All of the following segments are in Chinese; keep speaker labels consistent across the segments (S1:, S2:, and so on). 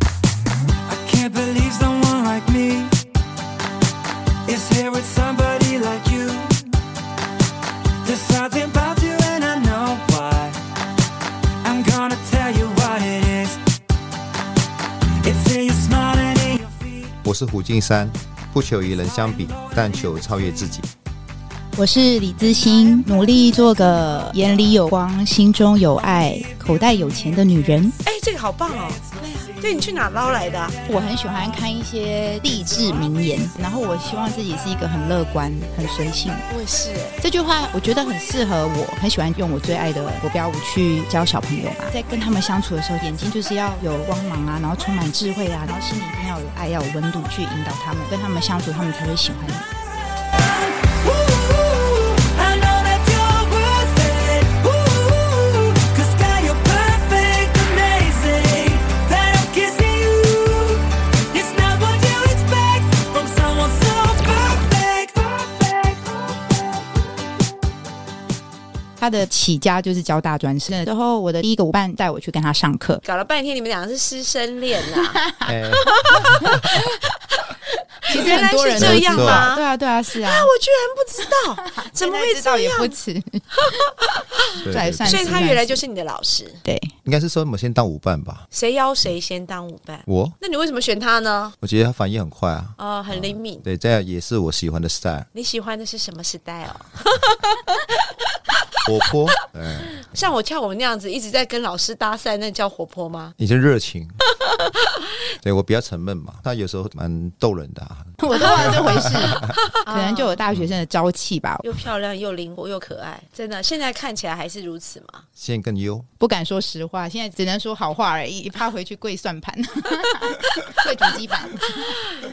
S1: I can't believe someone like me is here with somebody like you. There's something about you, and I know why. I'm gonna tell you what it is. It's in your smile and in your feet.
S2: 我是胡静山，不求与人相比，但求超越自己。
S3: 我是李自欣，努力做个眼里有光、心中有爱、口袋有钱的女人。
S4: 哎，这个好棒哦！对，你去哪捞来的啊？
S3: 我很喜欢看一些励志名言，然后我希望自己是一个很乐观、很随性。
S4: 我也是，
S3: 这句话我觉得很适合我，很喜欢用我最爱的国标舞去教小朋友啊嘛。在跟他们相处的时候，眼睛就是要有光芒啊，然后充满智慧啊，然后心里一定要有爱，要有温度去引导他们，跟他们相处，他们才会喜欢你。
S1: Ooh, I know that you're worth it. Ooh, 'cause girl, you're perfect, amazing. That I'm kissing you is not what you expect from someone so perfect. perfect.
S3: 他的起家就是教大专生，之后我的第一个舞伴带我去跟他上课，
S4: 搞了半天你们两个是师生恋 啊！
S2: 哎，
S3: 其实
S4: 原来
S3: 很多人
S4: 是
S3: 都
S4: 这
S3: 知
S4: 样
S2: 知道
S4: 吗？
S3: 对啊，对啊，是啊，
S4: 我居然不知 道，怎么会
S3: 知
S4: 这
S3: 道也
S4: 样
S3: 不？迟，
S2: 对
S3: 再
S2: 对对
S3: 算是
S4: 所以他原来就是你的老师，
S3: 对。
S2: 应该是说我们先当舞伴吧。
S4: 谁邀谁先当舞伴。
S2: 我，
S4: 那你为什么选他呢？
S2: 我觉得他反应很快啊。
S4: 呃，很灵敏。
S2: 对，这样也是我喜欢的 style，
S4: 你喜欢的是什么时代哦？
S2: 活 泼，嗯，
S4: 像我跳舞那样子一直在跟老师搭讪，那叫活泼吗？
S2: 你就热情。对我比较沉闷嘛，他有时候蛮逗人的啊。
S3: 我都忘了这回事， 可能就有大学生的朝气吧，
S4: 又漂亮又灵活又可爱，真的，现在看起来还是如此吗？
S2: 现在更优，
S3: 不敢说实话，现在只能说好话而已，怕回去跪算盘， 跪主机板。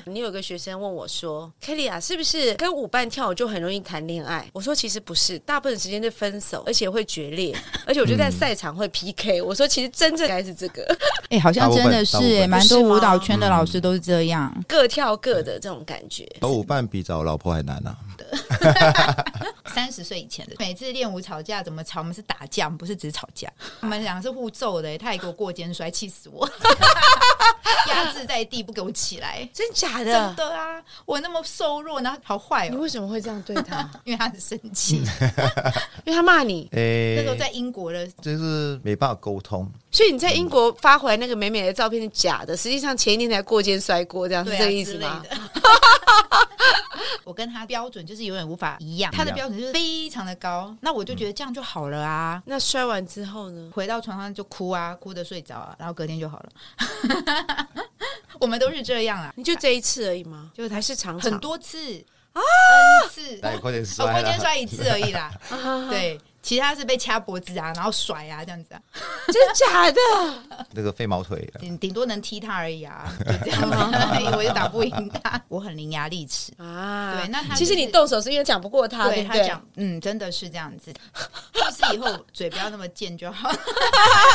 S4: 你有个学生问我说：“凯莉啊，是不是跟舞伴跳舞就很容易谈恋爱？”我说：“其实不是，大部分时间是分手，而且会决裂，
S3: 嗯
S4: 而且我就在赛场会 PK。我说：“其实真正该是这个，
S3: 哎、好像真的是、
S2: 大部分
S3: 哎，蛮多舞蹈圈的老师都是这样。
S4: 各跳各的这种感觉。
S2: 找舞伴比找老婆还难啊。
S3: 三十岁以前的，每次练舞吵架怎么吵？我们是打架，我们不是只是吵架，我们俩是互揍的、哎他也给我过肩摔，气死我， 压制在地不给我起来。”
S4: 真假
S3: 真
S4: 的？
S3: 的啊，我那么瘦弱，然后好坏
S4: 你
S3: 哦，
S4: 为什么会这样对 他？
S3: 因为他很生气。
S4: 因为他骂你，
S2: 哎
S3: 那时候在英国的，
S2: 就是没办法沟通，
S4: 所以你在英国发回来那个美美的照片是假的，实际上前一天才过肩摔锅，这样是
S3: 对啊
S4: 这个意思
S3: 之类
S4: 吗？
S3: 的。我跟他标准就是有点无法一样，他的标准就是非常的高，那我就觉得这样就好了啊。
S4: 那摔完之后呢？
S3: 回到床上就哭啊，哭的睡着啊，然后隔天就好了。 我们都是这样啊，
S4: 你就这一次而已吗？
S3: 就是他
S4: 还是常常
S3: 很多次啊，N 次，
S2: 来哎快点
S3: 哦
S2: 摔啊
S3: 我今
S2: 啦
S3: 天摔一次而已 啦。
S4: 啊，
S3: 对，其他是被掐脖子啊，然后甩啊这样子啊，
S4: 真假的？
S2: 那个飞毛腿，
S3: 顶顶多能踢他而已啊，就这样子， 我就打不赢他。我很伶牙俐齿，
S4: 啊，
S3: 对那他
S4: 其实
S3: 就是
S4: 你动手是因为讲不过他，
S3: 对
S4: 不
S3: 他
S4: 对？
S3: 讲，嗯，真的是这样子。就是以后嘴不要那么贱就好。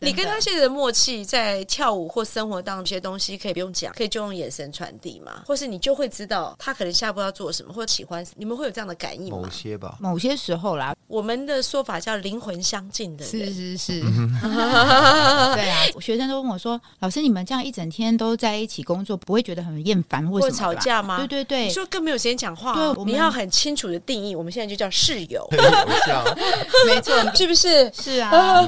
S4: 你跟他现在的默契，在跳舞或生活当中，有些东西可以不用讲，可以就用眼神传递嘛，或是你就会知道他可能下一步要做什么，或者喜欢什么，你们会有这样的感应
S2: 某
S4: 吗？
S2: 些 吧。
S3: 某些时候啦，
S4: 我们的说法叫灵魂相近的
S3: 是
S4: 人，
S3: 是是，对啊，我学生都问我说：“老师，你们这样一整天都在一起工作，不会觉得很厌烦或
S4: 或
S3: 者
S4: 吵架吗？
S3: 对对对
S4: 你，说更没有时间讲话
S3: 对
S4: 啊、
S3: 我们
S4: 你要很清楚的定义，我们现在就叫室友，
S2: 有效，
S3: 没错，
S4: 是不是？
S3: 是啊，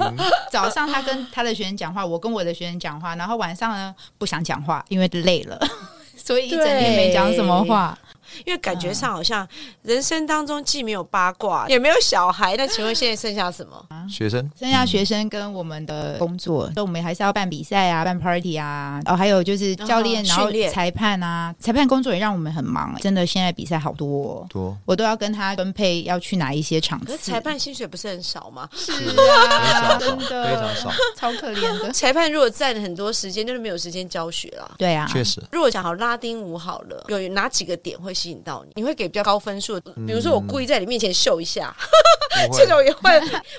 S3: 早上他跟他的学生讲话，我跟我的学生讲话，然后晚上呢不想讲话，因为累了， 所以一整天没讲什么话。
S4: 因为感觉上好像人生当中既没有八卦，也没有小孩，那请问现在剩下什么？
S3: 啊
S2: 学生
S3: 剩下学生跟我们
S4: 嗯
S3: 的工作，那、我们还是要办比赛啊，办 party 啊，哦，还有就是教练，
S4: 哦
S3: 然后
S4: 训练
S3: 裁判啊，裁判工作也让我们很忙，真的现在比赛好多、哦。
S2: 多，
S3: 我都要跟他分配要去哪一些场次，
S4: 可是裁判薪水不是很少吗？
S3: 是
S2: 非
S3: 啊，
S2: 常
S3: 真
S2: 少，
S3: 的
S2: 非常少，
S3: 超可怜的。
S4: 裁判如果占了很多时间，就是没有时间教学啦。
S3: 对啊，
S2: 确 实。
S4: 如果讲好拉丁舞好了，有哪几个点会吸引到你？你会给比较高分数，比如说我故意在你面前秀一下，
S2: 不
S4: 这
S2: 会
S4: 种也会，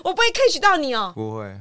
S4: 我不会 catch 到你哦。
S2: 不会，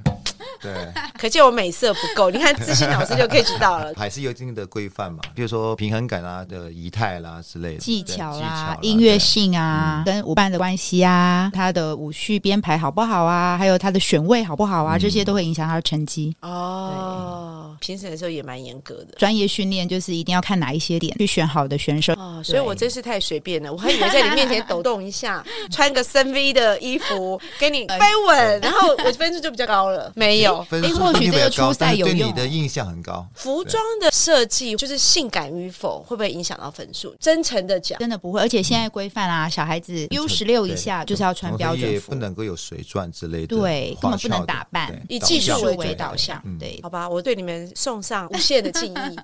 S2: 对，。
S4: 可见我美色不够。你看自信老师就可以知道了
S2: 还是有一定的规范嘛，比如说平衡感啊的仪态啦之类的
S3: 技
S2: 对
S3: 巧
S2: 技
S3: 啦、
S2: 巧
S3: 音乐
S2: 对嗯
S3: 性啊、跟舞伴的关系啊、他的舞序编排好不好啊，还有他的选位好不好啊，
S2: 嗯
S3: 这些都会影响他的成绩。
S4: 哦，评审的时候也蛮严格的。
S3: 专业训练就是一定要看哪一些点去选好的选手。
S4: 哦，所以我真是太随便了，我还以为在你面前抖动一 下，穿个深 V 的衣服跟你飞吻，然后我分数就比较高了。哎没有，
S2: 分数
S3: 诶或许
S2: 并没
S3: 这个
S2: 有高
S3: 初赛
S2: 但是
S3: 有
S2: 对
S3: 用哦
S2: 你的印象很高，
S4: 服装的设计就是性感与否，会不会影响到分数？真诚的讲，
S3: 真的不会，而且现在规范啊，小孩子 U 十六以下就是要穿标
S2: 也
S3: 准服
S2: 不，能够有水钻之类的，
S3: 对，根本不能打扮，
S4: 以技术为
S3: 为导
S2: 导嗯
S3: 向，对。
S4: 好吧，我对你们送上无限的 敬意，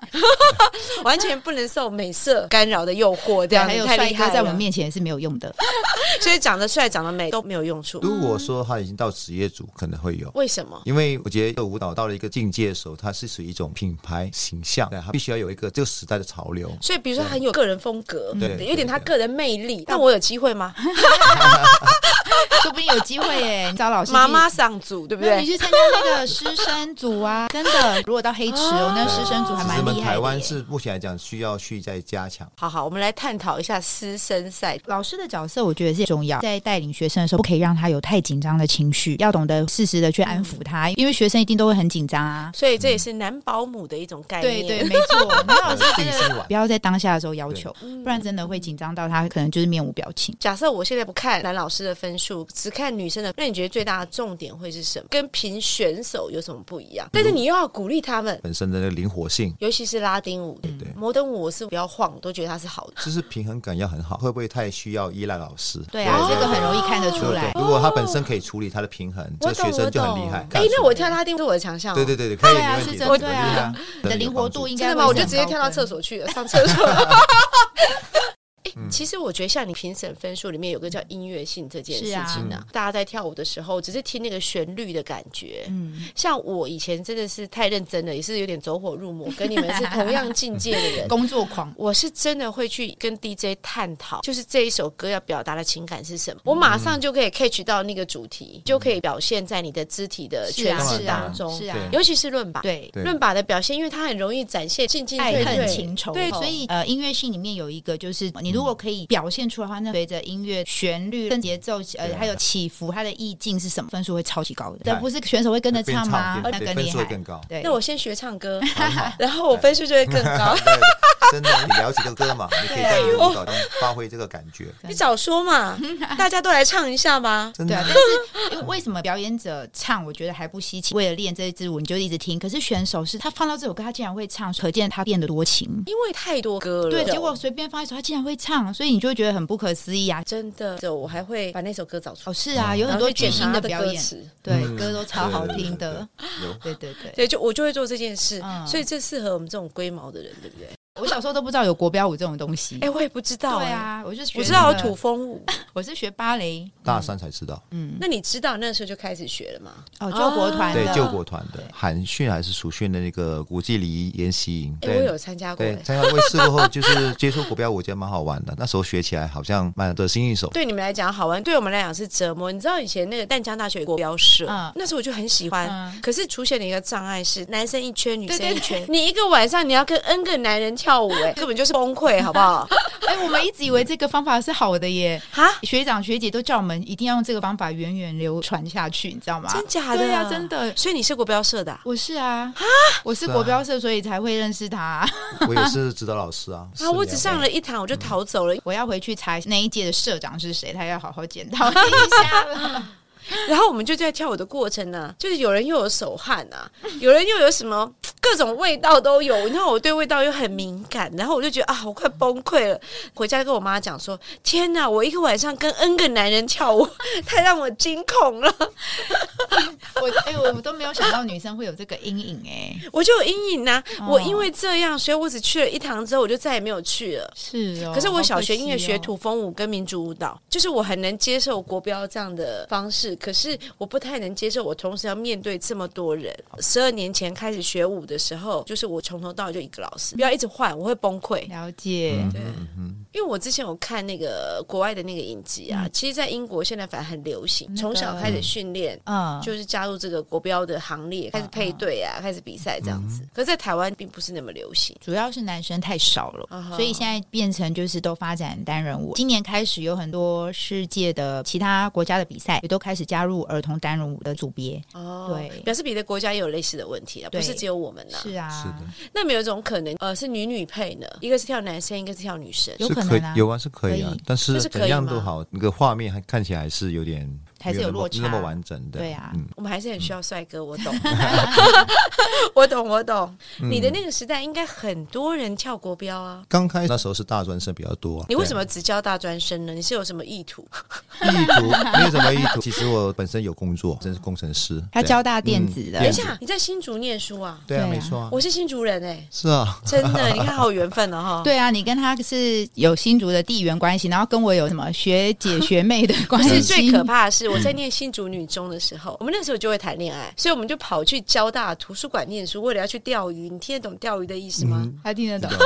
S4: 完全不能受美色干扰的诱惑，这样
S3: 还有
S4: 太
S3: 帅
S4: 厉害
S3: 哥
S4: 了。
S3: 在我们面前是没有用的，
S4: 所以长得帅、长得美都没有用处。
S2: 如果说他已经到职业组，可能会有。
S4: 为什么？
S2: 因为我觉得舞蹈到了一个境界的时候，它是属于一种品牌形象，对它必须要有一个这个时代的潮流。
S4: 所以，比如说很有个人风格，
S2: 对
S4: 有点他
S2: 对对
S4: 个人魅力。但我有机 会吗？
S3: 说不定有机会耶！你找老师去
S4: 妈妈上组，对不
S3: 那
S4: 对
S3: 你？去参加那个师生组啊，真的，如果到黑池哦，那师生组还
S2: 啊其实
S3: 蛮
S2: 我们
S3: 厉害的耶。
S2: 台湾是目前来讲需要去再加强。
S4: 好好，我们来探讨一下师生赛。
S3: 老师的角色，我觉得是重要，在带领学生的时候，不可以让他有太紧张的情绪，要懂得适时的去安抚他，因为学生一定都会很紧张啊。
S4: 所以这也是男保姆的一种概
S3: 对
S4: 念。
S3: 对，没错，男老师真
S2: 定心
S3: 的
S2: 丸
S3: 不要在当下的时候要求，不然真的会紧张到他可能就是面无表情。
S4: 假设我现在不看男老师的分数，只看女生的，那你觉得最大的重点会是什么？跟评选手有什么不
S2: 嗯
S4: 一样？但是你又要鼓励他们，
S2: 本身的那个灵活性，
S4: 尤其是拉丁舞的
S2: 嗯对
S4: 摩登舞，我是不要晃，我都觉得它是好的。
S2: 就是平衡感要很好，会不会太需要依赖老师？
S3: 对啊，这个很容易看得出
S2: 对哦
S3: 来。哦
S2: 对，如果他本身可以处理他的平衡，这
S4: 我
S2: 个学
S4: 懂我
S2: 生就很
S4: 懂
S2: 厉害。。
S4: 哎、
S2: 看得
S4: 那
S2: 出
S4: 我
S2: 来
S4: 跳拉丁是我的强项、哦。
S2: 对对对对，可以，
S3: 对
S2: 没
S3: 啊
S2: 问题
S3: 是
S2: 的
S3: 真的
S2: 很厉
S3: 啊
S2: 害
S3: 你的灵活度应该
S4: 真的吗？我
S3: 会
S4: 就
S3: 很
S4: 直接
S3: 高
S4: 跳到
S3: 分
S4: 厕所去了，上厕所。 诶其实我觉得，像你评审分数里面有个叫音乐性这件事情
S3: 是
S4: 呢、大家在跳舞的时候，只是听那个旋律的感觉。
S3: 嗯，
S4: 像我以前真的是太认真了，也是有点走火入 魔，跟你们是同样境界的 人。
S3: 工作狂。
S4: 我是真的会去跟 DJ 探讨，就是这一首歌要表达的情感是什么，我马上就可以 catch 到那个主题，就可以表现在你的肢体的
S3: 是
S4: 诠
S3: 啊，
S4: 释
S3: 是
S4: 当
S3: 啊，
S4: 中。
S3: 是啊
S2: 对，
S4: 尤其是论吧，
S3: 对
S2: 对
S4: 论把的表现，因为它很容易展现进进退
S3: 爱
S4: 退
S3: 恨情仇。
S4: 对，
S3: 所
S4: 所以
S3: 以呃，音乐性里面有一个，就是你如果可以表现出来的话，那随着音乐旋律跟节奏，
S2: 对
S3: 呃，
S2: 啊
S3: 还有起伏，它的意境是什么，分数会超级高的。
S2: 对
S3: 但不是选手会跟着
S2: 边
S3: 唱吗？
S2: 边
S3: 那
S2: 对
S3: 更
S2: 分
S3: 厉
S2: 数
S3: 害
S2: 会，更高。
S3: 对，
S4: 那我先学唱歌，，
S2: 很好
S4: 然后我分数就会 更高。
S2: 对，真的，你了解这个歌嘛？你可以在你的舞蹈中发挥这个感觉，
S3: 对
S4: 你早 说嘛，大家都来唱一下吧。
S2: 真
S3: 对
S2: 的
S3: 啊，。但是因为为什么表演者唱，我觉得还不稀奇。为了练这一支舞，你就一直听。可是选手是他放到这首歌，他竟然会唱，可见他变得多情。
S4: 因为太多歌了，
S3: 对，结果随便放一首，他竟然会唱，所以你就会觉得很不可思议啊！
S4: 真的，就我还会把那首歌找
S3: 哦，
S4: 出来，
S3: 是啊，有
S4: 然
S3: 很
S4: 后
S3: 多
S4: 去
S3: 巨
S4: 检查
S3: 星
S4: 它
S3: 的
S4: 的
S3: 表
S4: 歌
S3: 演，
S4: 词。
S3: 对，
S2: 嗯
S3: 歌都超好听的。，嗯
S2: 对对对有
S3: 对对对。
S4: 对，就我就会做这件事，
S3: 嗯
S4: 所以这适合我们这种龟毛的人，对不对？
S3: 我小时候都不知道有国标舞这种东西。
S4: 哎，我也不知道，
S3: 对
S4: 哎，
S3: 啊，我就学
S4: 我知道
S3: 那
S4: 有
S3: 个
S4: 土，风舞，
S3: 我是学芭蕾。
S2: 大三才知道，
S4: 那你知道那时候就开始学了吗？
S3: 哦，救国团
S2: 对
S3: 的
S2: 救国团的韩训还是暑训的那个国际礼仪研习营，
S4: 哎，我有参加过，
S2: 对
S4: 哎
S2: 参加过一次过后，就是接触国标，我觉得蛮好玩的。那时候学起来好像蛮得心应手。
S4: 对你们来讲好玩，对我们来讲是折磨。你知道以前那个淡江大学有国标社，
S3: 嗯
S4: 那时候我就很喜欢，
S3: 嗯
S4: 可是出现了一个障碍是男生一圈，女生
S3: 对对
S4: 一圈，你一个晚上你要跟 N 个男人跳舞、哎，根本就是崩溃，好 不好？
S3: 哎，我们一直以为这个方法是好的耶。
S4: 哈，
S3: 学长学姐都叫我们一定要用这个方法源远流传下去，你知道吗？
S4: 真假的？
S3: 对啊，真的。
S4: 所以你是国标社的啊、
S3: 我是啊，我是国标社，所以才会认识他、
S2: 我也是指导老师啊，
S4: 啊，我只上了一堂我就逃走了，
S3: 我要回去查那一届的社长是谁，他要好好检讨一下了。
S4: 然后我们就在跳舞的过程呢、就是有人又有手汗啊，有人又有什么各种味道都有。你看我对味道又很敏感，然后我就觉得啊，我快崩溃了。回家跟我妈讲说：“天哪，我一个晚上跟 N 个男人跳舞，太让我惊恐了，
S3: 我哎、我都没有想到女生会有这个阴影哎、
S4: 我就有阴影呐、
S3: 哦
S4: 我因为这样，所以我只去了一堂之后，我就再也没有去了。
S3: 是哦。
S4: 可哦是我小学音乐学
S3: 土。
S4: 土风舞跟民族舞蹈，就是我很能接受国标这样的方式，可是我不太能接受我同时要面对这么多人。十二年前开始学舞的时候，就是我从头到尾就一个老师，不要一直换，我会崩溃。
S3: 了解，
S4: 对，因为我之前有看那个国外的嗯那个影集啊，其实，在英国现在反而很流行，
S3: 那个
S4: 从小开始训练。
S3: 嗯，
S4: 就是加入这个国标的行列，开始配对啊，开始比赛这样子。可是在台湾并不是那么流行。
S3: 主要是男生太少了
S4: 啊哈
S3: 所以现在变成就是都发展单人舞。今年开始有很多世界的其他国家的比赛也都开始加入儿童单人舞的组别。
S4: 哦
S3: 对
S4: 表示别的国家也有类似的问题啊，不
S3: 对
S4: 是只有我们呐、
S3: 是啊，
S2: 是的，
S4: 那没有一种可能，呃，是女女配呢？一个是跳男生，一个是跳女生。
S3: 有
S2: 是
S3: 可
S2: 可以
S3: 能啊
S2: 有啊，是可以啊
S3: 可以，
S2: 但
S4: 就是是可以
S2: 怎样
S4: 吗
S2: 都好，那个画面还看起来还是有点
S3: 还是
S2: 没
S3: 有
S2: 有那么
S3: 落差
S2: 那么完整的，
S3: 对啊
S2: 嗯，
S4: 我们还是很需要帅哥， 我懂， 我懂，我懂。
S3: 嗯
S4: 你的那个时代应该很多人跳国标啊，
S2: 刚开始那时候是大专生比较多啊，
S4: 你为什
S2: 对
S4: 么只教大专生呢？你是有什么意 图？
S2: 意图没有什么意图？其实我本身有工作，真是工程师，
S3: 他
S2: 对
S3: 交大电子的
S2: 嗯
S4: 等一
S2: 电子
S4: 下，你在新竹念书啊？
S2: 对啊，
S3: 对啊
S2: 没错啊，
S4: 我是新竹人哎、
S2: 是啊，
S4: 真 的，你看好有缘分哦哈。
S3: 对啊，你跟他是有新竹的地缘关系，然后跟我有什么学姐学妹的关
S4: 不
S3: 系，
S4: 是最可怕的
S3: 嗯
S4: 是，我在念新竹女中的时候，我们那时候就会谈恋爱，所以我们就跑去交大图书馆念书，为了要去钓鱼。你听得懂钓鱼的意思吗？
S3: 他听得懂。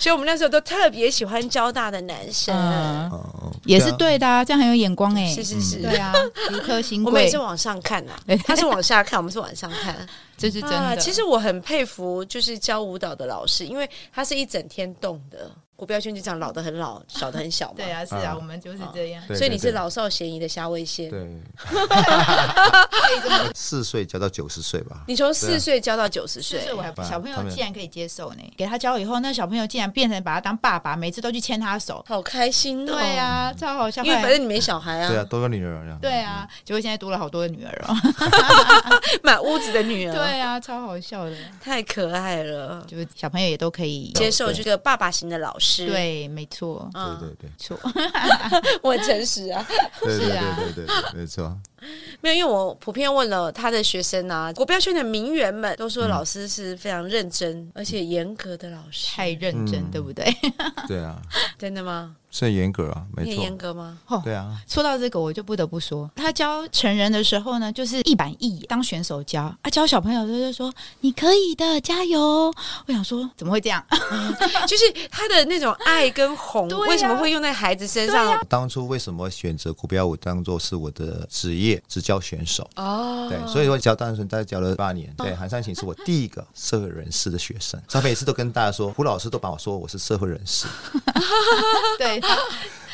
S4: 所以我们那时候都特别喜欢交大的男生。
S3: 嗯，
S2: 哦
S3: 也是，对的、啊，这样很有眼光哎、
S4: 是是是，
S3: 对啊，如客新
S4: 我们
S3: 贵
S4: 也是，往上看呐、
S3: 对
S4: 他是往下看，我们是往上看。
S3: 这 是真的。
S4: 啊，其实我很佩服，就是教舞蹈的老师，因为他是一整天动的。国标圈就这样，老的 很老，小的很小嘛。
S3: 对啊，是啊，我们就是这样。
S2: 对
S4: 所以你
S2: 对
S4: 是
S2: 对
S4: 老少咸宜的虾味鲜。
S2: 对对，四岁教到九十岁吧，
S4: 你从四岁教到九十岁
S3: 四，岁我还
S2: 对
S3: 小朋友
S2: 他们
S3: 竟然可以接受呢，给他教以后，那小朋友竟然变成把他当爸爸，每次都去牵他手。
S4: 好开心哦！
S3: 对，啊，超好笑。
S4: 因为
S3: 后来
S4: 反正你没小孩啊，
S2: 对啊，都有女儿啊，
S3: 对啊，结果现在多了好多的女儿哦。
S4: 满屋子的女儿，，
S3: 对 啊，超好笑的，
S4: 太可爱了，
S3: 就是小朋友也都可以
S4: 接受这个爸爸型的老师。，
S3: 对，没错，
S2: 对
S4: 嗯，
S2: 对对
S3: 没错。
S4: 我很诚实啊，
S2: 对
S3: 是啊
S2: 对对对对，没错，
S4: 没有，因为我普遍问了他的学生啊，国标圈的名媛们都
S2: 嗯
S4: 说老师是非常认真而且严格的老师，
S3: 太认真，
S2: 嗯
S3: 对不对？
S2: 对啊，
S4: 真的吗？
S2: 是很严格啊，
S4: 你
S2: 没
S4: 很严
S2: 错，
S4: 格吗？
S2: 对啊，
S3: 哦说到这个，我就不得不说，他教成人的时候呢，就是一板一眼当选手教啊，教小朋友的时候就说你可以的，加油。我想说，怎么会这 样？
S4: 就是他的那种爱跟哄，
S3: 对啊
S4: 为什么会用在孩子身上？
S2: 当初为什么选择国标舞当做是我的职业，只教选手？
S4: 哦，
S2: 对，所以说教单纯大概教了八年。对，韩善行是我第一个社会人士的学生， 他每次都跟大家说，胡老师都把我说我是社会人士，
S3: 对，他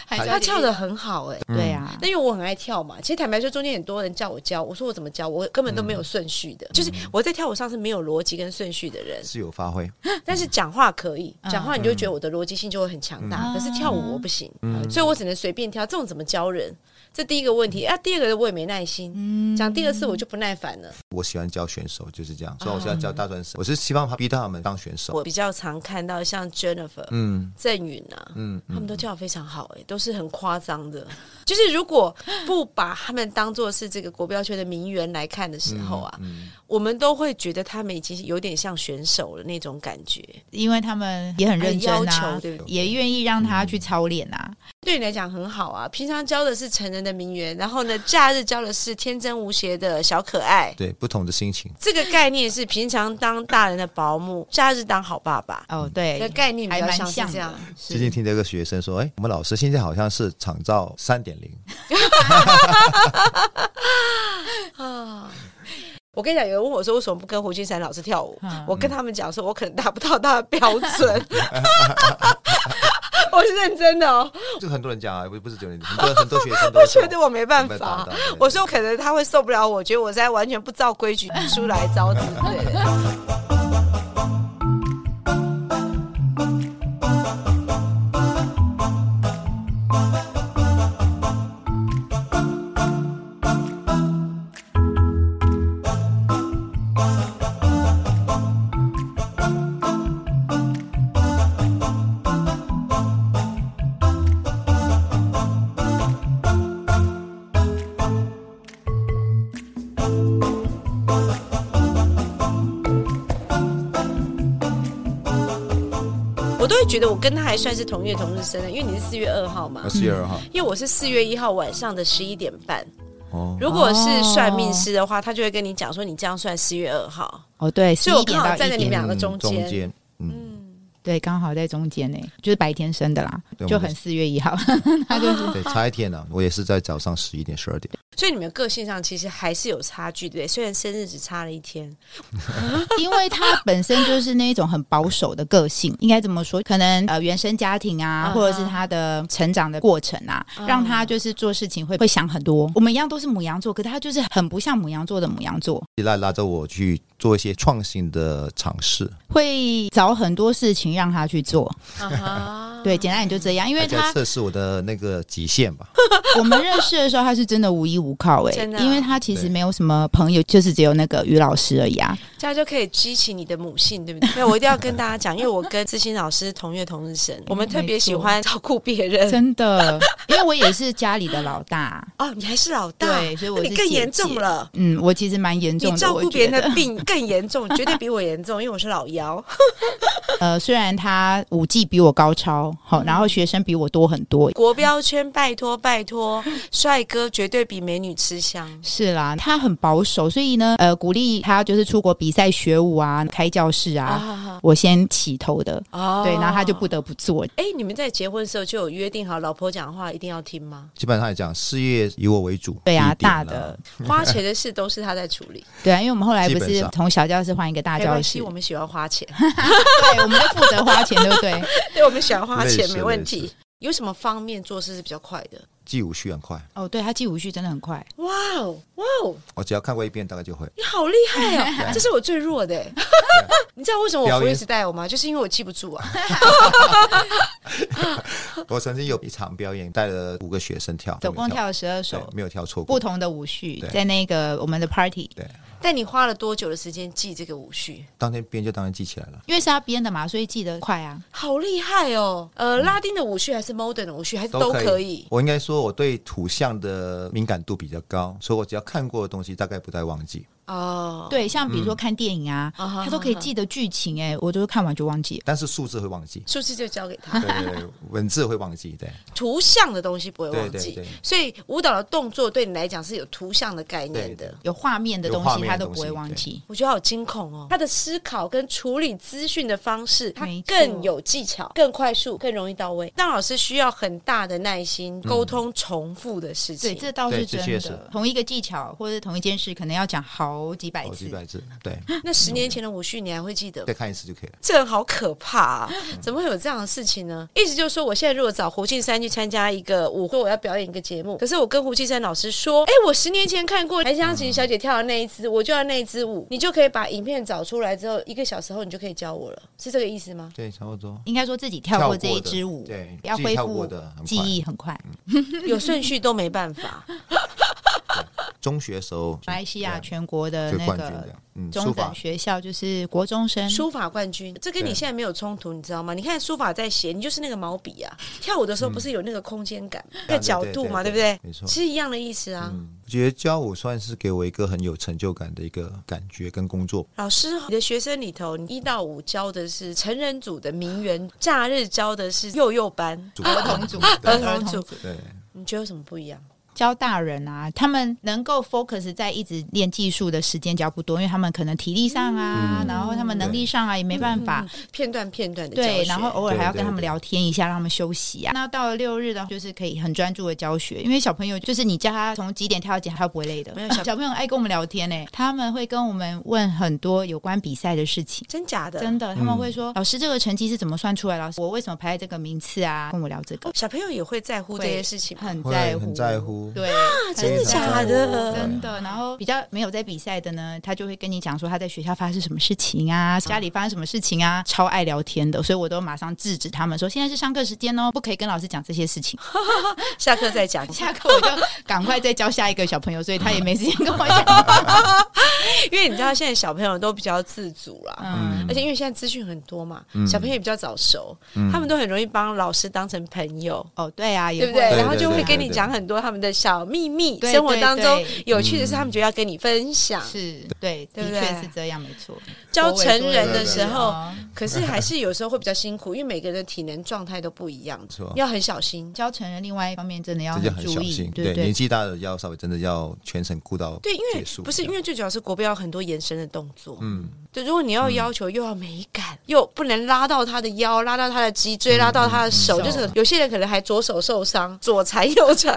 S3: 还教
S4: 他
S3: 你
S4: 跳的很好哎、
S3: 对
S2: 嗯
S3: 啊，
S4: 那因为我很爱跳嘛，其实坦白说，中间很多人叫我教，我说我怎么教，我根本都没有
S2: 嗯
S4: 顺序的，就是我在跳舞上是没有逻辑跟顺序的人，
S2: 自由发挥。
S4: 但是讲话可以，
S3: 嗯
S4: 讲话你就觉得我的逻辑性就会很强大，可是跳舞我不行，
S3: 嗯
S4: 呃所以我只能随便跳，这种怎么教人？这第一个问题啊，第二个我也没耐心，
S3: 嗯
S4: 讲第二次我就不耐烦了。
S2: 我喜欢教选手，就是这样。虽然我现在教大专生，我是希望他逼到他们当选手。
S4: 哦我比较常看到像 Jennifer、
S2: 嗯
S4: 郑允啊，
S2: 嗯
S4: 他们都跳得非常好、欸，都是很夸张的。 就是如果不把他们当做是这个国标圈的名媛来看的时候啊，
S3: 嗯
S4: 我们都会觉得他们已经有点像选手了那种感觉，
S3: 因为他们也很认真
S4: 很要
S3: 啊
S4: 求，对不对？
S3: 也愿意让
S2: 嗯
S3: 他去操练啊。
S4: 对你来讲很好啊，平常教的是成人的名媛，然后呢，假日教的是天真无邪的小可爱。
S2: 对，不同的心情。
S4: 这个概念是平常当大人的保姆，假日当好爸爸。
S3: 哦，
S4: 这
S3: 对
S4: 个，概念比
S3: 还
S4: 较
S3: 蛮
S4: 像是
S3: 像
S4: 这样
S3: 的。。
S2: 嗯最近
S3: 是，
S2: 听到一个学生说：“哎，我们老师现在好像是厂造三点 零。
S4: 啊。我跟你讲，有人问我说为什么不跟胡金山老师跳舞？
S3: 嗯
S4: 我跟他们讲说，我可能达不到他的标准。 我是认真的哦，”
S2: 这个很多人讲啊，不不是只有你，很多很多学生都
S4: 我觉得
S2: 说
S4: 我没办
S2: 没办
S4: 法
S2: 法对对。
S4: 我说可能他会受不了我，觉得我在完全不照规矩出来招之类的。我都会觉得我跟他还算是同月同日生的，因为你是四月二号嘛
S2: 我，四月二号
S4: 因为我是四月一号晚上的十一点半。
S2: 哦，
S4: 如果是算命师的话，他就会跟你讲说你这样算四月二号，
S3: 哦，对，
S4: 所以我
S3: 11
S4: 刚
S3: 点
S4: 好
S3: 到
S4: 站在你
S3: 1点
S4: 们两个中
S2: 中
S4: 间。
S2: 间，嗯，
S3: 对，刚好在中间呢，就是白天生的啦，
S2: 对
S3: 就
S2: 我们
S3: 很
S2: 是
S3: 四月一号。
S2: 对，差一天了、我也是在早上十一点、十二点。
S4: 所以你们个性上其实还是有差距，对不对？虽然生日只差了一天，
S3: 因为他本身就是那一种很保守的个性，应该怎么说？可能呃原生家庭啊
S4: 嗯，
S3: 或者是他的成长的过程啊，
S4: 嗯
S3: 让他就是做事情会会想很多。我们一样都是母羊座，可是他就是很不像母羊座的母羊座，
S2: 拉拉着我去做一些创新的尝试，
S3: 会找很多事情让他去做。
S4: 啊哈
S3: 对，简单你就这样，因为
S2: 大家
S3: 他
S2: 测试我的那个极限吧。
S3: 我们认识的时候，他是真的无依无靠哎、
S4: 真的啊
S3: 因为他其实
S2: 对？
S3: 没有什么朋友，就是只有那个于老师而已啊。
S4: 这样就可以激起你的母性，对不对？没有，我一定要跟大家讲，因为我跟知心老师同月同日生，我们特别喜欢照顾别
S3: 嗯
S4: 人。
S3: 真的，因为我也是家里的老 大，
S4: 哦，你还是老大，
S3: 对所以我
S4: 那你
S3: 是
S4: 更
S3: 姐
S4: 严重
S3: 姐
S4: 了。
S3: 嗯，我其实蛮严重
S4: 你
S3: 的，
S4: 照
S3: 我
S4: 顾
S3: 觉
S4: 别人
S3: 得
S4: 的病更严重，绝对比我严重，因为我是老幺。
S3: 呃，虽然他舞技比我高超，好，
S4: 嗯
S3: 然后学生比我多很多，
S4: 国标圈，拜托拜托，帅哥绝对比美女吃香。
S3: 是啦，他很保守，所以呢，呃，鼓励他就是出国比赛学舞啊，开教室啊，
S4: 啊
S3: 我先起头的，
S4: 哦
S3: 对，然后他就不得不做。
S4: 哎、你们在结婚的时候就有约定好，老婆讲话一定要听 吗
S2: 基本上来讲，事业以我为主。
S3: 对啊，
S2: 地点
S3: 大
S2: 啊
S3: 的，
S4: 花钱的事都是他在处 理，
S3: 对啊，因为我们后来不
S2: 基本
S3: 是
S2: 上
S3: 从小教室换一个大
S4: 没
S3: 教
S4: 关
S3: 室
S4: 系，我，们喜欢花钱，
S3: 对，我们就负责花钱，对不对？
S4: 对，我们喜欢花
S2: 类
S4: 钱，
S2: 似
S4: 没问
S2: 类
S4: 题
S2: 似。
S4: 有什么方面做事是比较快的？
S2: 记无需很快，
S3: 哦，对他记舞序真的很快，
S4: 哇哦，哇哦，
S2: 我只要看过一遍，大概就 会。
S4: 你好厉害哦！这是我最弱的、 你知道为什么我
S2: 表演
S4: freestyle 吗？就是因为我记不住啊。
S2: 我曾经有一场表演，带了五个学生跳，
S3: 总共跳了十二
S2: 对
S3: 首
S2: 没有跳错
S3: 不
S2: 过。
S3: 同的舞序，
S2: 对
S3: 在那个我们的 party，
S2: 对，
S4: 但你花了多久的时间记这个舞序？
S2: 当天编就当然记起来了。
S3: 因为是他编的嘛，所以记得快啊。
S4: 好厉害哦！呃，拉丁的舞序还是 modern 的舞序，还是都
S2: 嗯可
S4: 可以。
S2: 我应该说，我对图像的敏感度比较高，所以我只要看过的东西，大概不太忘记。
S4: 哦，
S3: 对，像比如
S2: 嗯
S3: 说看电影啊，
S4: 啊哈
S3: 他都可以
S4: 哈哈，
S3: 记得剧情、哎，我就是看完就忘记了。
S2: 但是数字会忘记
S4: 数字就交给他
S2: 对，对对，文字会忘记，对
S4: 图像的东西不会忘
S2: 对
S4: 记。
S2: 对对。
S4: 所以舞蹈的动作对你来讲是有图像的概念
S2: 对
S4: 的
S2: 对。
S3: 有画面的
S2: 有
S3: 东
S2: 画
S3: 西，
S2: 面
S3: 他
S2: 的
S3: 都
S2: 东
S3: 不会
S2: 西
S3: 忘
S2: 对
S3: 记。
S4: 我觉得好惊恐哦！他的思考跟处理资讯的方式，他
S3: 没错
S4: 更有技巧、更快速、更容易到位。当老师需要很大的耐心
S2: 嗯
S4: 沟通重复的事情。
S3: 对，这倒是
S2: 对
S3: 真
S2: 这确
S3: 的
S2: 实。
S3: 同一个技巧或者同一件事，可能要讲好几百
S2: 好
S3: 次
S2: 几。百字， 对，
S4: 那十
S2: 嗯
S4: 年前的舞序你还会记得吗
S2: 再？看一次就可以了。
S4: 这人好可怕 啊！怎么会有这样的事情呢？意思就是说，我现在如果找胡静山去参加一个舞会，我要表演一个节目，可是我跟胡静山老师说，哎，我十年前看过韩湘琴小姐跳的那一支，我就要那一支舞，你就可以把影片找出来之后，一个小时后你就可以教我了，是这个意思吗？
S2: 对，差不多。
S3: 应该说自己跳过这
S2: 跳过
S3: 一
S2: 的
S3: 支舞，
S2: 对
S3: 要
S2: 自己
S3: 恢
S2: 跳
S3: 复
S2: 过的很嗯
S3: 记忆很快。
S4: 有顺序都没办法，
S2: 中学的时候，
S3: 马来西亚
S2: 对
S3: 全国的
S2: 就
S3: 那
S2: 冠军这
S3: 个
S2: 样，嗯，
S3: 中
S2: 书
S3: 等
S2: 法
S3: 学校就是国中生，
S4: 书法冠军，这跟你现在没有冲突，你知道吗？你看书法在写，你就是那个毛笔啊，跳舞的时候不是有那个空间感、那个角度嗯嘛，
S2: 对
S4: 对不
S2: 对
S4: 对？
S2: 没错
S4: 是一样的意思啊。
S2: 嗯，我觉得教舞算是给我一个很有成就感的一个感觉跟工作。
S4: 老师，你的学生里头，你一到五教的是成人组的名媛，假日教的是幼幼班，
S3: 儿童组，
S4: 儿
S3: 儿
S4: 童
S3: 童
S4: 组
S3: 组，
S2: 对，
S4: 你觉得有什么不一样？
S3: 教大人啊，他们能够 focus 在一直练技术的时间较不多，因为他们可能体力上啊，然后他们能力上啊也没办法，
S4: 片段片段嗯的教
S3: 对，
S4: 学，
S3: 然后偶尔还要
S2: 对
S3: 跟他们
S2: 对
S3: 聊天一下，让他们休息啊。那到了六日的话，就是可以很专注的教学，因为小朋友就是你叫他从几点跳到几点，他不会累的。
S4: 没有小
S3: 小朋友很爱跟我们聊天呢、欸他们会跟我们问很多有关比赛的事情。
S4: 真假的，
S3: 真的，他们会说、老师这个成绩是怎么算出来？老师我为什么排在这个名次啊？跟我聊这个
S4: 哦，小朋友也会在乎这些事情吗。
S3: 很
S2: 会
S3: 在乎，
S2: 很在乎
S3: 对，
S4: 啊真的
S3: 很在乎
S4: 假的嗯
S3: 真的。然后比较没有在比赛的呢，他就会跟你讲说他在学校发生什么事情啊，家里发生什么事情啊，超爱聊天的，所以我都马上制止他们说现在是上课时间哦，不可以跟老师讲这些事情。
S4: 下课再讲，
S3: 下课我就赶快再教下一个小朋友，所以他也没时间跟 我讲。
S4: 因为你知道现在小朋友都比较自主啦。
S3: 嗯，
S4: 而且因为现在资讯很多嘛，小朋友也比较早熟，他们都很容易帮老师当成朋友，
S3: 哦，对啊，也
S4: 对
S3: 会
S4: 不对？
S2: 对
S4: 然后就会
S2: 对
S4: 跟你讲很多他们的小秘密，
S3: 对
S4: 生活当中
S3: 对对嗯
S4: 有趣的事，他们就要跟你分享。
S3: 是对，
S4: 对
S3: 的
S4: 不对
S3: 确是这样，没错。
S4: 教成人的时
S3: 我
S4: 候，
S3: 也说了
S4: 可是还是有时候会比较辛苦，因为每个人的体能状态都不一样
S2: 错，
S4: 要很小心。
S3: 教成人，另外一方面真的要
S2: 这就很
S3: 注
S2: 小
S3: 意
S2: 心。，
S3: 对不
S2: 年
S3: 对？
S2: 纪大的要稍微真的要全程顾到
S4: 对，因为
S2: 结束
S4: 不是因为最主要是国标有很多延伸的动作，
S2: 嗯，
S4: 对，如果你要要求又要美感，又不能拉到他的腰，拉到他的脊
S2: 嗯
S4: 椎，拉到他的手，就是有些人可能还左手受伤，左缠 右缠，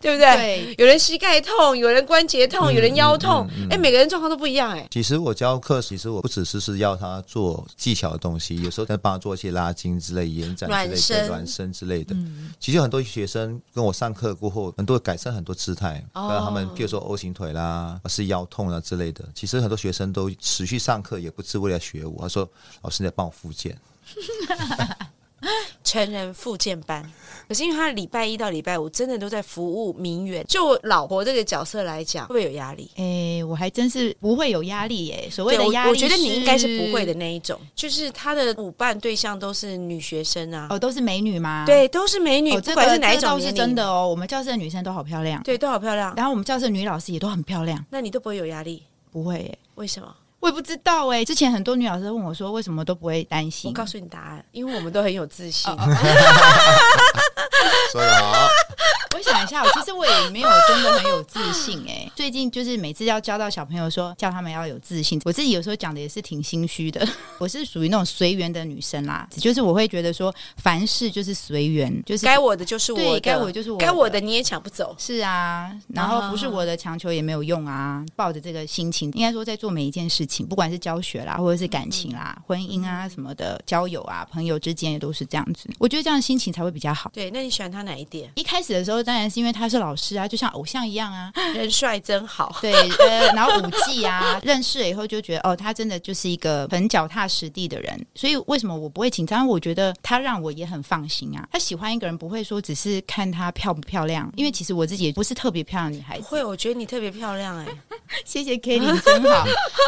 S4: 对不对？
S3: 对
S4: 有人膝盖痛，有人关节
S2: 嗯
S4: 痛，有人腰痛，哎、每个人状况都不一样、哎。
S2: 其实我教课，其实我不只是是要他做技巧的东西，有时候在帮他做一些拉筋之类、延展之类
S4: 暖身嗯
S2: 的、暖身之类的。其实很多学生跟我上课过后，很多改善很多姿态，
S4: 哦
S2: 让他们譬如说 O 型腿啦，是腰痛啊之类的。其实很多学生都持续上课，也不是为了学我，他说老师你在帮我复健。
S4: 成人复健班，可是因为他礼拜一到礼拜五真的都在服务名媛，就我老婆这个角色来讲，会不会有压力？
S3: 诶、我还真是不会有压力耶、所谓
S4: 对，
S3: 的
S4: 我
S3: 压力
S4: 我觉得你应该是不会的。那一种，就是他的舞伴对象都是女学生啊，
S3: 哦，都是美女吗？
S4: 对，都是美女，
S3: 哦，
S4: 不
S3: 这
S4: 管
S3: 个
S4: 是哪一
S3: 这
S4: 种
S3: 倒是
S4: 年龄
S3: 真的，哦。我们教室的女生都好漂亮，
S4: 对，都啊好漂亮，
S3: 然后我们教室的女老师也都很漂亮，
S4: 那你都不会有压力，
S3: 不会耶、
S4: 为什么？
S3: 我也不知道哎、之前很多女老师问我说，为什么都不会担心？
S4: 我告诉你答案，哦因为我们都很有自信。
S2: 所以好，
S3: 我想一下，其实我也没有真的很有自信哎、最近就是每次要教到小朋友说，叫他们要有自信，我自己有时候讲的也是挺心虚的。 我是属于那种随缘的女生啦，就是我会觉得说，凡事就是随缘，就是
S4: 该我的就是我的，
S3: 对该我就是我的
S4: 该我的你也抢不走。
S3: 是啊，然后不是我的强求也没有用啊。抱着这个心情，应该说在做每一件事情，不管是教学啦，或者是感情啦、婚姻啊什么的，交友啊、朋友之间也都是这样子。我觉得这样心情才会比较好。
S4: 对，那你喜欢他哪一 点？
S3: 一开始的时候，当然是因为他是老师啊，就像偶像一样啊。
S4: 人帅真好。
S3: 对，呃，然后舞技啊，认识了以后就觉得，哦，他真的就是一个很脚踏实地的人。所以为什么我不会紧张？我觉得他让我也很放心啊。他喜欢一个人，不会说只是看他漂不漂亮，因为其实我自己也不是特别漂亮的女孩
S4: 不
S3: 子。
S4: 会，我觉得你特别漂亮哎、
S3: 谢谢 k e l l y 真好，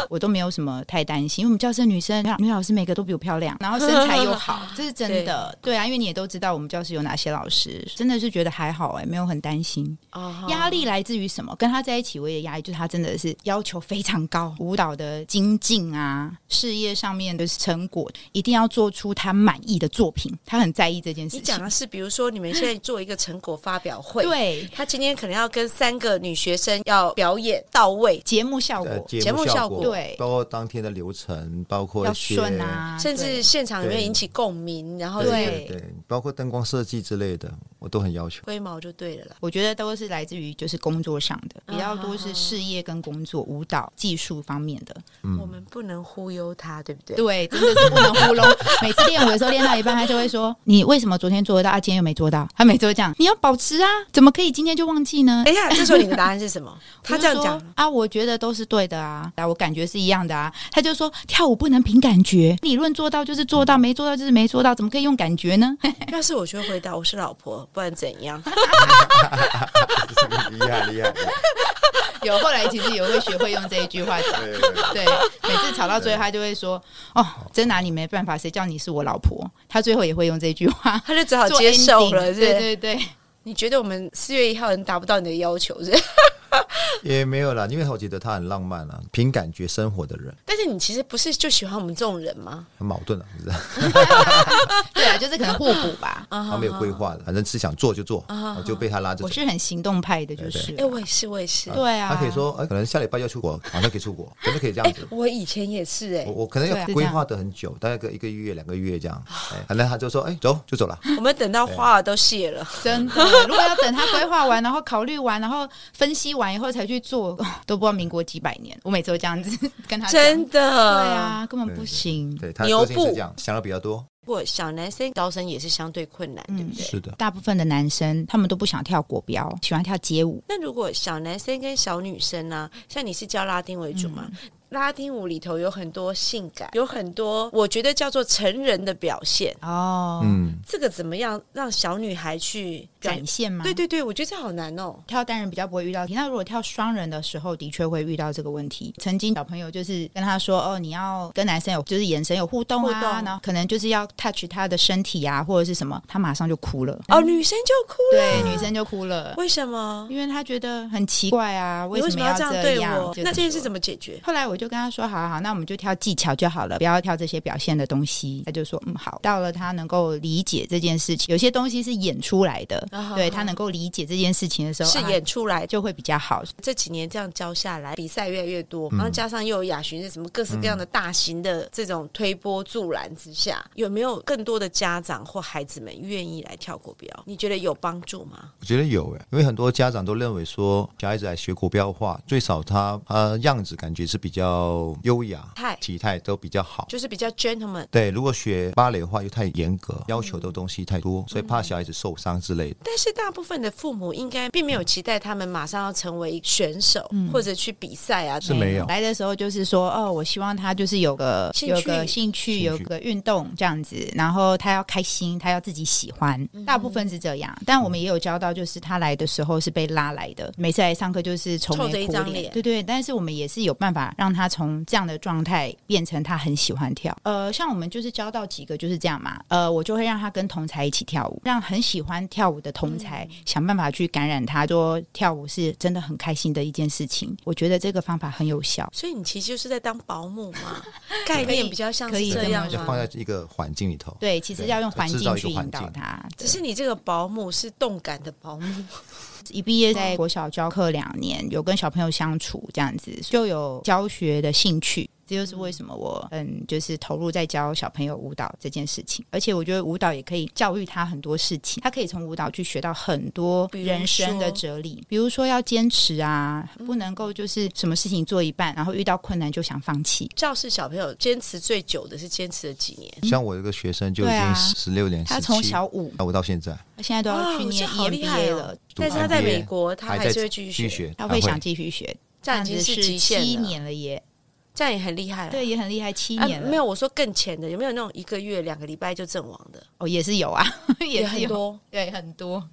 S3: 我都没有什么太担心，因为我们教室的女生女老师每个都比我漂亮，然后身材又好，这是真的。对啊，因为你也都知道我们教室有哪些老师，真的是觉得还好哎、没有很担心。
S4: 哦
S3: 压力来自于什么？跟他在一起，我也压力就是他真的是要求非常高，舞蹈的精进啊，事业上面的成果一定要做出他满意的作品，他很在意这件事
S4: 你
S3: 情。
S4: 讲的是，比如说你们现在做一个成果发表会，，
S3: 对
S4: 他今天可能要跟三个女学生要表演到位，
S3: 节目效
S2: 呃
S3: 果
S4: 哦节
S2: 节
S4: 目
S2: 目
S4: 效
S2: 效
S4: 果
S2: 果
S3: 对
S2: 包括当天的流程，包括
S3: 要
S2: 一些
S3: 顺啊，
S4: 甚至
S3: 对
S4: 现场有没有
S2: 对
S4: 引起共鸣，然后
S3: 对
S2: 对对，包括灯光设计之类的，我都很要求。
S4: 龟毛就对了啦。
S3: 我觉得都是来自于就是工作上的，比较多
S4: 嗯
S3: 是事业跟工作、舞蹈、技术方面的。
S4: 我们不能忽悠他，对不对？
S3: 对，真的是不能糊弄。每次练舞的时候练到一半，他就会说：“你为什么昨天做得到，啊，今天又没做到？”他每次会这样，你要保持啊，怎么可以今天就忘记呢？
S4: 等一下，这时候你的答案是 什么？他
S3: 我就
S4: 这样
S3: 说
S4: 讲，
S3: 啊，我觉得都是对的啊，啊，我感觉是一样的啊。他就说跳舞不能凭感觉，理论做到就是做到，没做到就是没做到，怎么可以用感觉呢？
S4: 要是我就会回答我是老婆，不然怎样？
S2: 厉害厉害，
S3: 有后来其实也会学会用这一句话讲。
S2: 对对对
S3: 对，每次吵到最后，他就会说：“哦，真拿你没办法，谁叫你是我老婆？”他最后也会用这句话
S4: 他就只好
S3: 做
S4: 接受
S3: ending
S4: 了，是不是
S3: 对对对，
S4: 你觉得我们四月一号能达不到你的要求，是 不是？
S2: 也没有啦，因为我觉得他很浪漫啊，凭感觉生活的人，
S4: 但是你其实不是就喜欢我们这种人吗？
S2: 很矛盾啊， 是不是？
S3: 对啊，就是可能互补 吧。
S2: 他没有规
S3: 啊
S2: 划的，反正是想做就做，我就被他拉着
S3: 我
S2: 走。
S3: 是很行动派的，就是
S4: 哎、我也是，我也是。
S3: 对啊，
S2: 他可以说，哎，可能下礼拜要出国，马上可以出国，真的可以这样子。
S4: 我以前也是、
S2: 我
S4: 哎，
S2: 我可能
S3: 对啊
S2: 要
S3: 是这样
S2: 规划的很久，大概个一个月、两个月这样。哎，反正他就说，哎，走就 走了。
S4: 我们等到花儿都谢了，
S3: 真的，如果要等他规划完，然后考虑完，然后分析完以后才去做， 都不知道民国几百年。我每次都这样子跟他讲
S4: 真的。
S3: 对，啊，根本不行。
S2: 对他
S4: 牛
S2: 个性是
S4: 步
S2: 这样，想的比较多。
S4: 不过小男生招生也是相对困难，
S3: 嗯
S4: 对不对？
S2: 是的，
S3: 大部分的男生他们都不想跳国标，喜欢跳街舞。
S4: 那如果小男生跟小女生呢、像你是教拉丁为主嘛？
S3: 嗯
S4: 拉丁舞里头有很多性感，有很多我觉得叫做成人的表现。
S3: 哦，
S2: 嗯，
S4: 这个怎么样让小女孩去表
S3: 展现吗？
S4: 对对对，我觉得这好难哦。
S3: 跳单人比较不会遇到题，那如果跳双人的时候，的确会遇到这个问题。曾经小朋友就是跟他说：“哦，你要跟男生有就是眼神有互动啊，
S4: 互动
S3: 然后可能就是要 touch 他的身体啊，或者是什么，他马上就哭了。
S4: 哦，女生就哭了，
S3: 嗯对，女生就哭了，
S4: 为什么？
S3: 因为他觉得很奇怪啊，
S4: 你为
S3: 什
S4: 什
S3: 么
S4: 么要这
S3: 这
S4: 对
S3: 样
S4: 我？？那这件事怎
S3: 么？
S4: 么解决？
S3: 后来我就就跟他说，好好好，那我们就挑技巧就好了，不要挑这些表现的东西。他就说，嗯，好。到了他能够理解这件事情，有些东西是演出来的，
S4: 啊
S3: 对他能够理解这件事情的时候，
S4: 是
S3: 啊
S4: 演出来。
S3: 就会比较好。
S4: 这几年这样教下来，比赛越来越多，
S3: 嗯
S4: 然后加上又有亚巡什么各式各样的大型的这种推波助澜之下，
S3: 嗯
S4: 有没有更多的家长或孩子们愿意来跳国标？你觉得有帮助吗？
S2: 我觉得有诶，因为很多家长都认为说，小孩子来学国标化，最少他他样子感觉是比较优雅
S4: 态，
S2: 体态都比较好。
S4: 就是比较 gentleman，
S2: 对，如果学芭蕾的话又太严格，
S3: 嗯
S2: 要求的东西太多，所以怕小孩子受伤之类的。
S4: 但是大部分的父母应该并没有期待他们马上要成为选手、
S3: 嗯
S4: 或者去比赛啊。
S2: 是没有
S3: 来的时候就是说，哦，我希望他就是有个
S4: 兴趣
S3: 有个兴趣，
S2: 兴趣
S3: 有个运动这样子，然后他要开心，他要自己喜欢，
S4: 嗯
S3: 大部分是这样。但我们也有教到，就是他来的时候是被拉来的，每次来上课就是愁
S4: 臭着一
S3: 眉苦
S4: 张
S3: 脸
S4: 脸，
S3: 对对。但是我们也是有办法让他从这样的状态变成他很喜欢跳。呃，像我们就是教到几个就是这样嘛，呃，我就会让他跟同才一起跳舞，让很喜欢跳舞的同
S4: 嗯
S3: 才想办法去感染他，说跳舞是真的很开心的一件事情。我觉得这个方法很有效。
S4: 所以你其实就是在当保姆 嘛，概念比较像
S3: 可
S4: 是
S3: 以
S4: 这样
S2: 就
S3: 这
S4: 吗
S3: 么
S2: 放在一个环境里头，
S3: 对，其实
S2: 对
S3: 要用环
S2: 制造一
S3: 境
S2: 个
S3: 去
S2: 环
S3: 引导
S2: 境
S3: 他。
S4: 只是你这个保姆是动感的保姆，
S3: 一毕业在国小教课两年，有跟小朋友相处这样子，就有教学的兴趣。这就是为什么我嗯，就是投入在教小朋友舞蹈这件事情，而且我觉得舞蹈也可以教育他很多事情，他可以从舞蹈去学到很多
S4: 比如
S3: 人生的
S4: 说
S3: 哲理，比如说要坚持啊，
S4: 嗯
S3: 不能够就是什么事情做一半，然后遇到困难就想放弃。
S4: 教室小朋友坚持最久的是坚持了几年？
S2: 像我有个学生就已
S3: 对啊
S2: 经十六年，
S3: 他
S2: 17
S3: 从小舞，
S2: 跳舞到现在，
S3: 现在都要去
S4: 哇这
S3: 念 E
S4: 好厉害
S3: EMBA
S4: 哦
S3: 了，
S4: 但是他在
S2: MBA
S4: 美国，他还
S2: 在
S4: 是会继续
S2: 继续
S4: 学，
S2: 学，
S3: 他会想继续学，
S4: 这样已经
S3: 是
S4: 极限
S3: 七
S4: 了，
S3: 年了耶，
S4: 这样也很厉害了。
S3: 对，也很厉害，七
S4: 啊
S3: 年，了，
S4: 没有，我说更浅的，有没有那种一个月、两个礼拜就阵亡的，
S3: 哦，也是有啊， 也是
S4: 很
S3: 有，
S4: 多。哦
S3: 对，很多，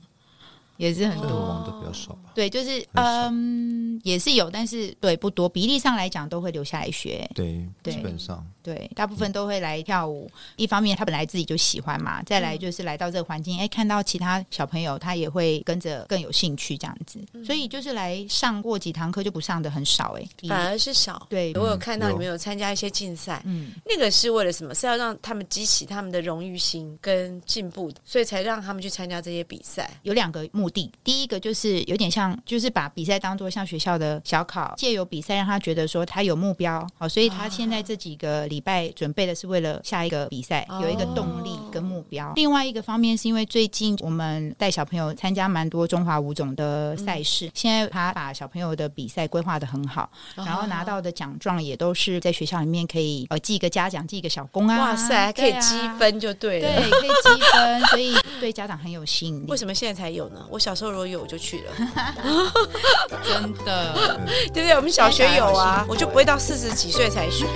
S3: 也是很
S2: 对，
S3: 多，
S2: 我们都比较少吧。
S3: 对，就是
S2: 很少
S3: 嗯，也是有，但是对不多，比例上来讲都会留下来学，
S2: 对，
S3: 对
S2: 基本上
S3: 对，大部分都会来跳舞。一方面他本来自己就喜欢嘛，再来就是来到这个环境，哎、看到其他小朋友，他也会跟着更有兴趣这样子，所以就是来上过几堂课就不上的很少、哎比例，
S4: 反而是少。
S3: 对，
S4: 我有看到
S2: 有
S4: 你嗯们有参加一些竞赛，
S3: 嗯，
S4: 那个是为了什么？是要让他们激起他们的荣誉心跟进步，所以才让他们去参加这些比赛。
S3: 有两个目的，第一个就是有点像，就是把比赛当做像学校的小考，借由比赛让他觉得说他有目标，好、所以他现
S4: 啊
S3: 在这几个礼拜准备的是为了下一个比赛
S4: 哦
S3: 有一个动力跟目标。另外一个方面是因为最近我们带小朋友参加蛮多中华舞种的
S4: 嗯
S3: 赛事，现在他把小朋友的比赛规划的很好，
S4: 哦
S3: 然后拿到的奖状也都是在学校里面可以呃记一个嘉奖，记一个小功啊，
S4: 哇塞，还可以
S3: 对啊
S4: 积。分就对了。
S3: 对，可以积分，所以对家长很有吸引力
S4: 为。什么现在才有呢？我小时候如果有，我就去了，
S3: 真的。啊
S4: 对不对？我们小学有啊，我就不会到四十几岁才学。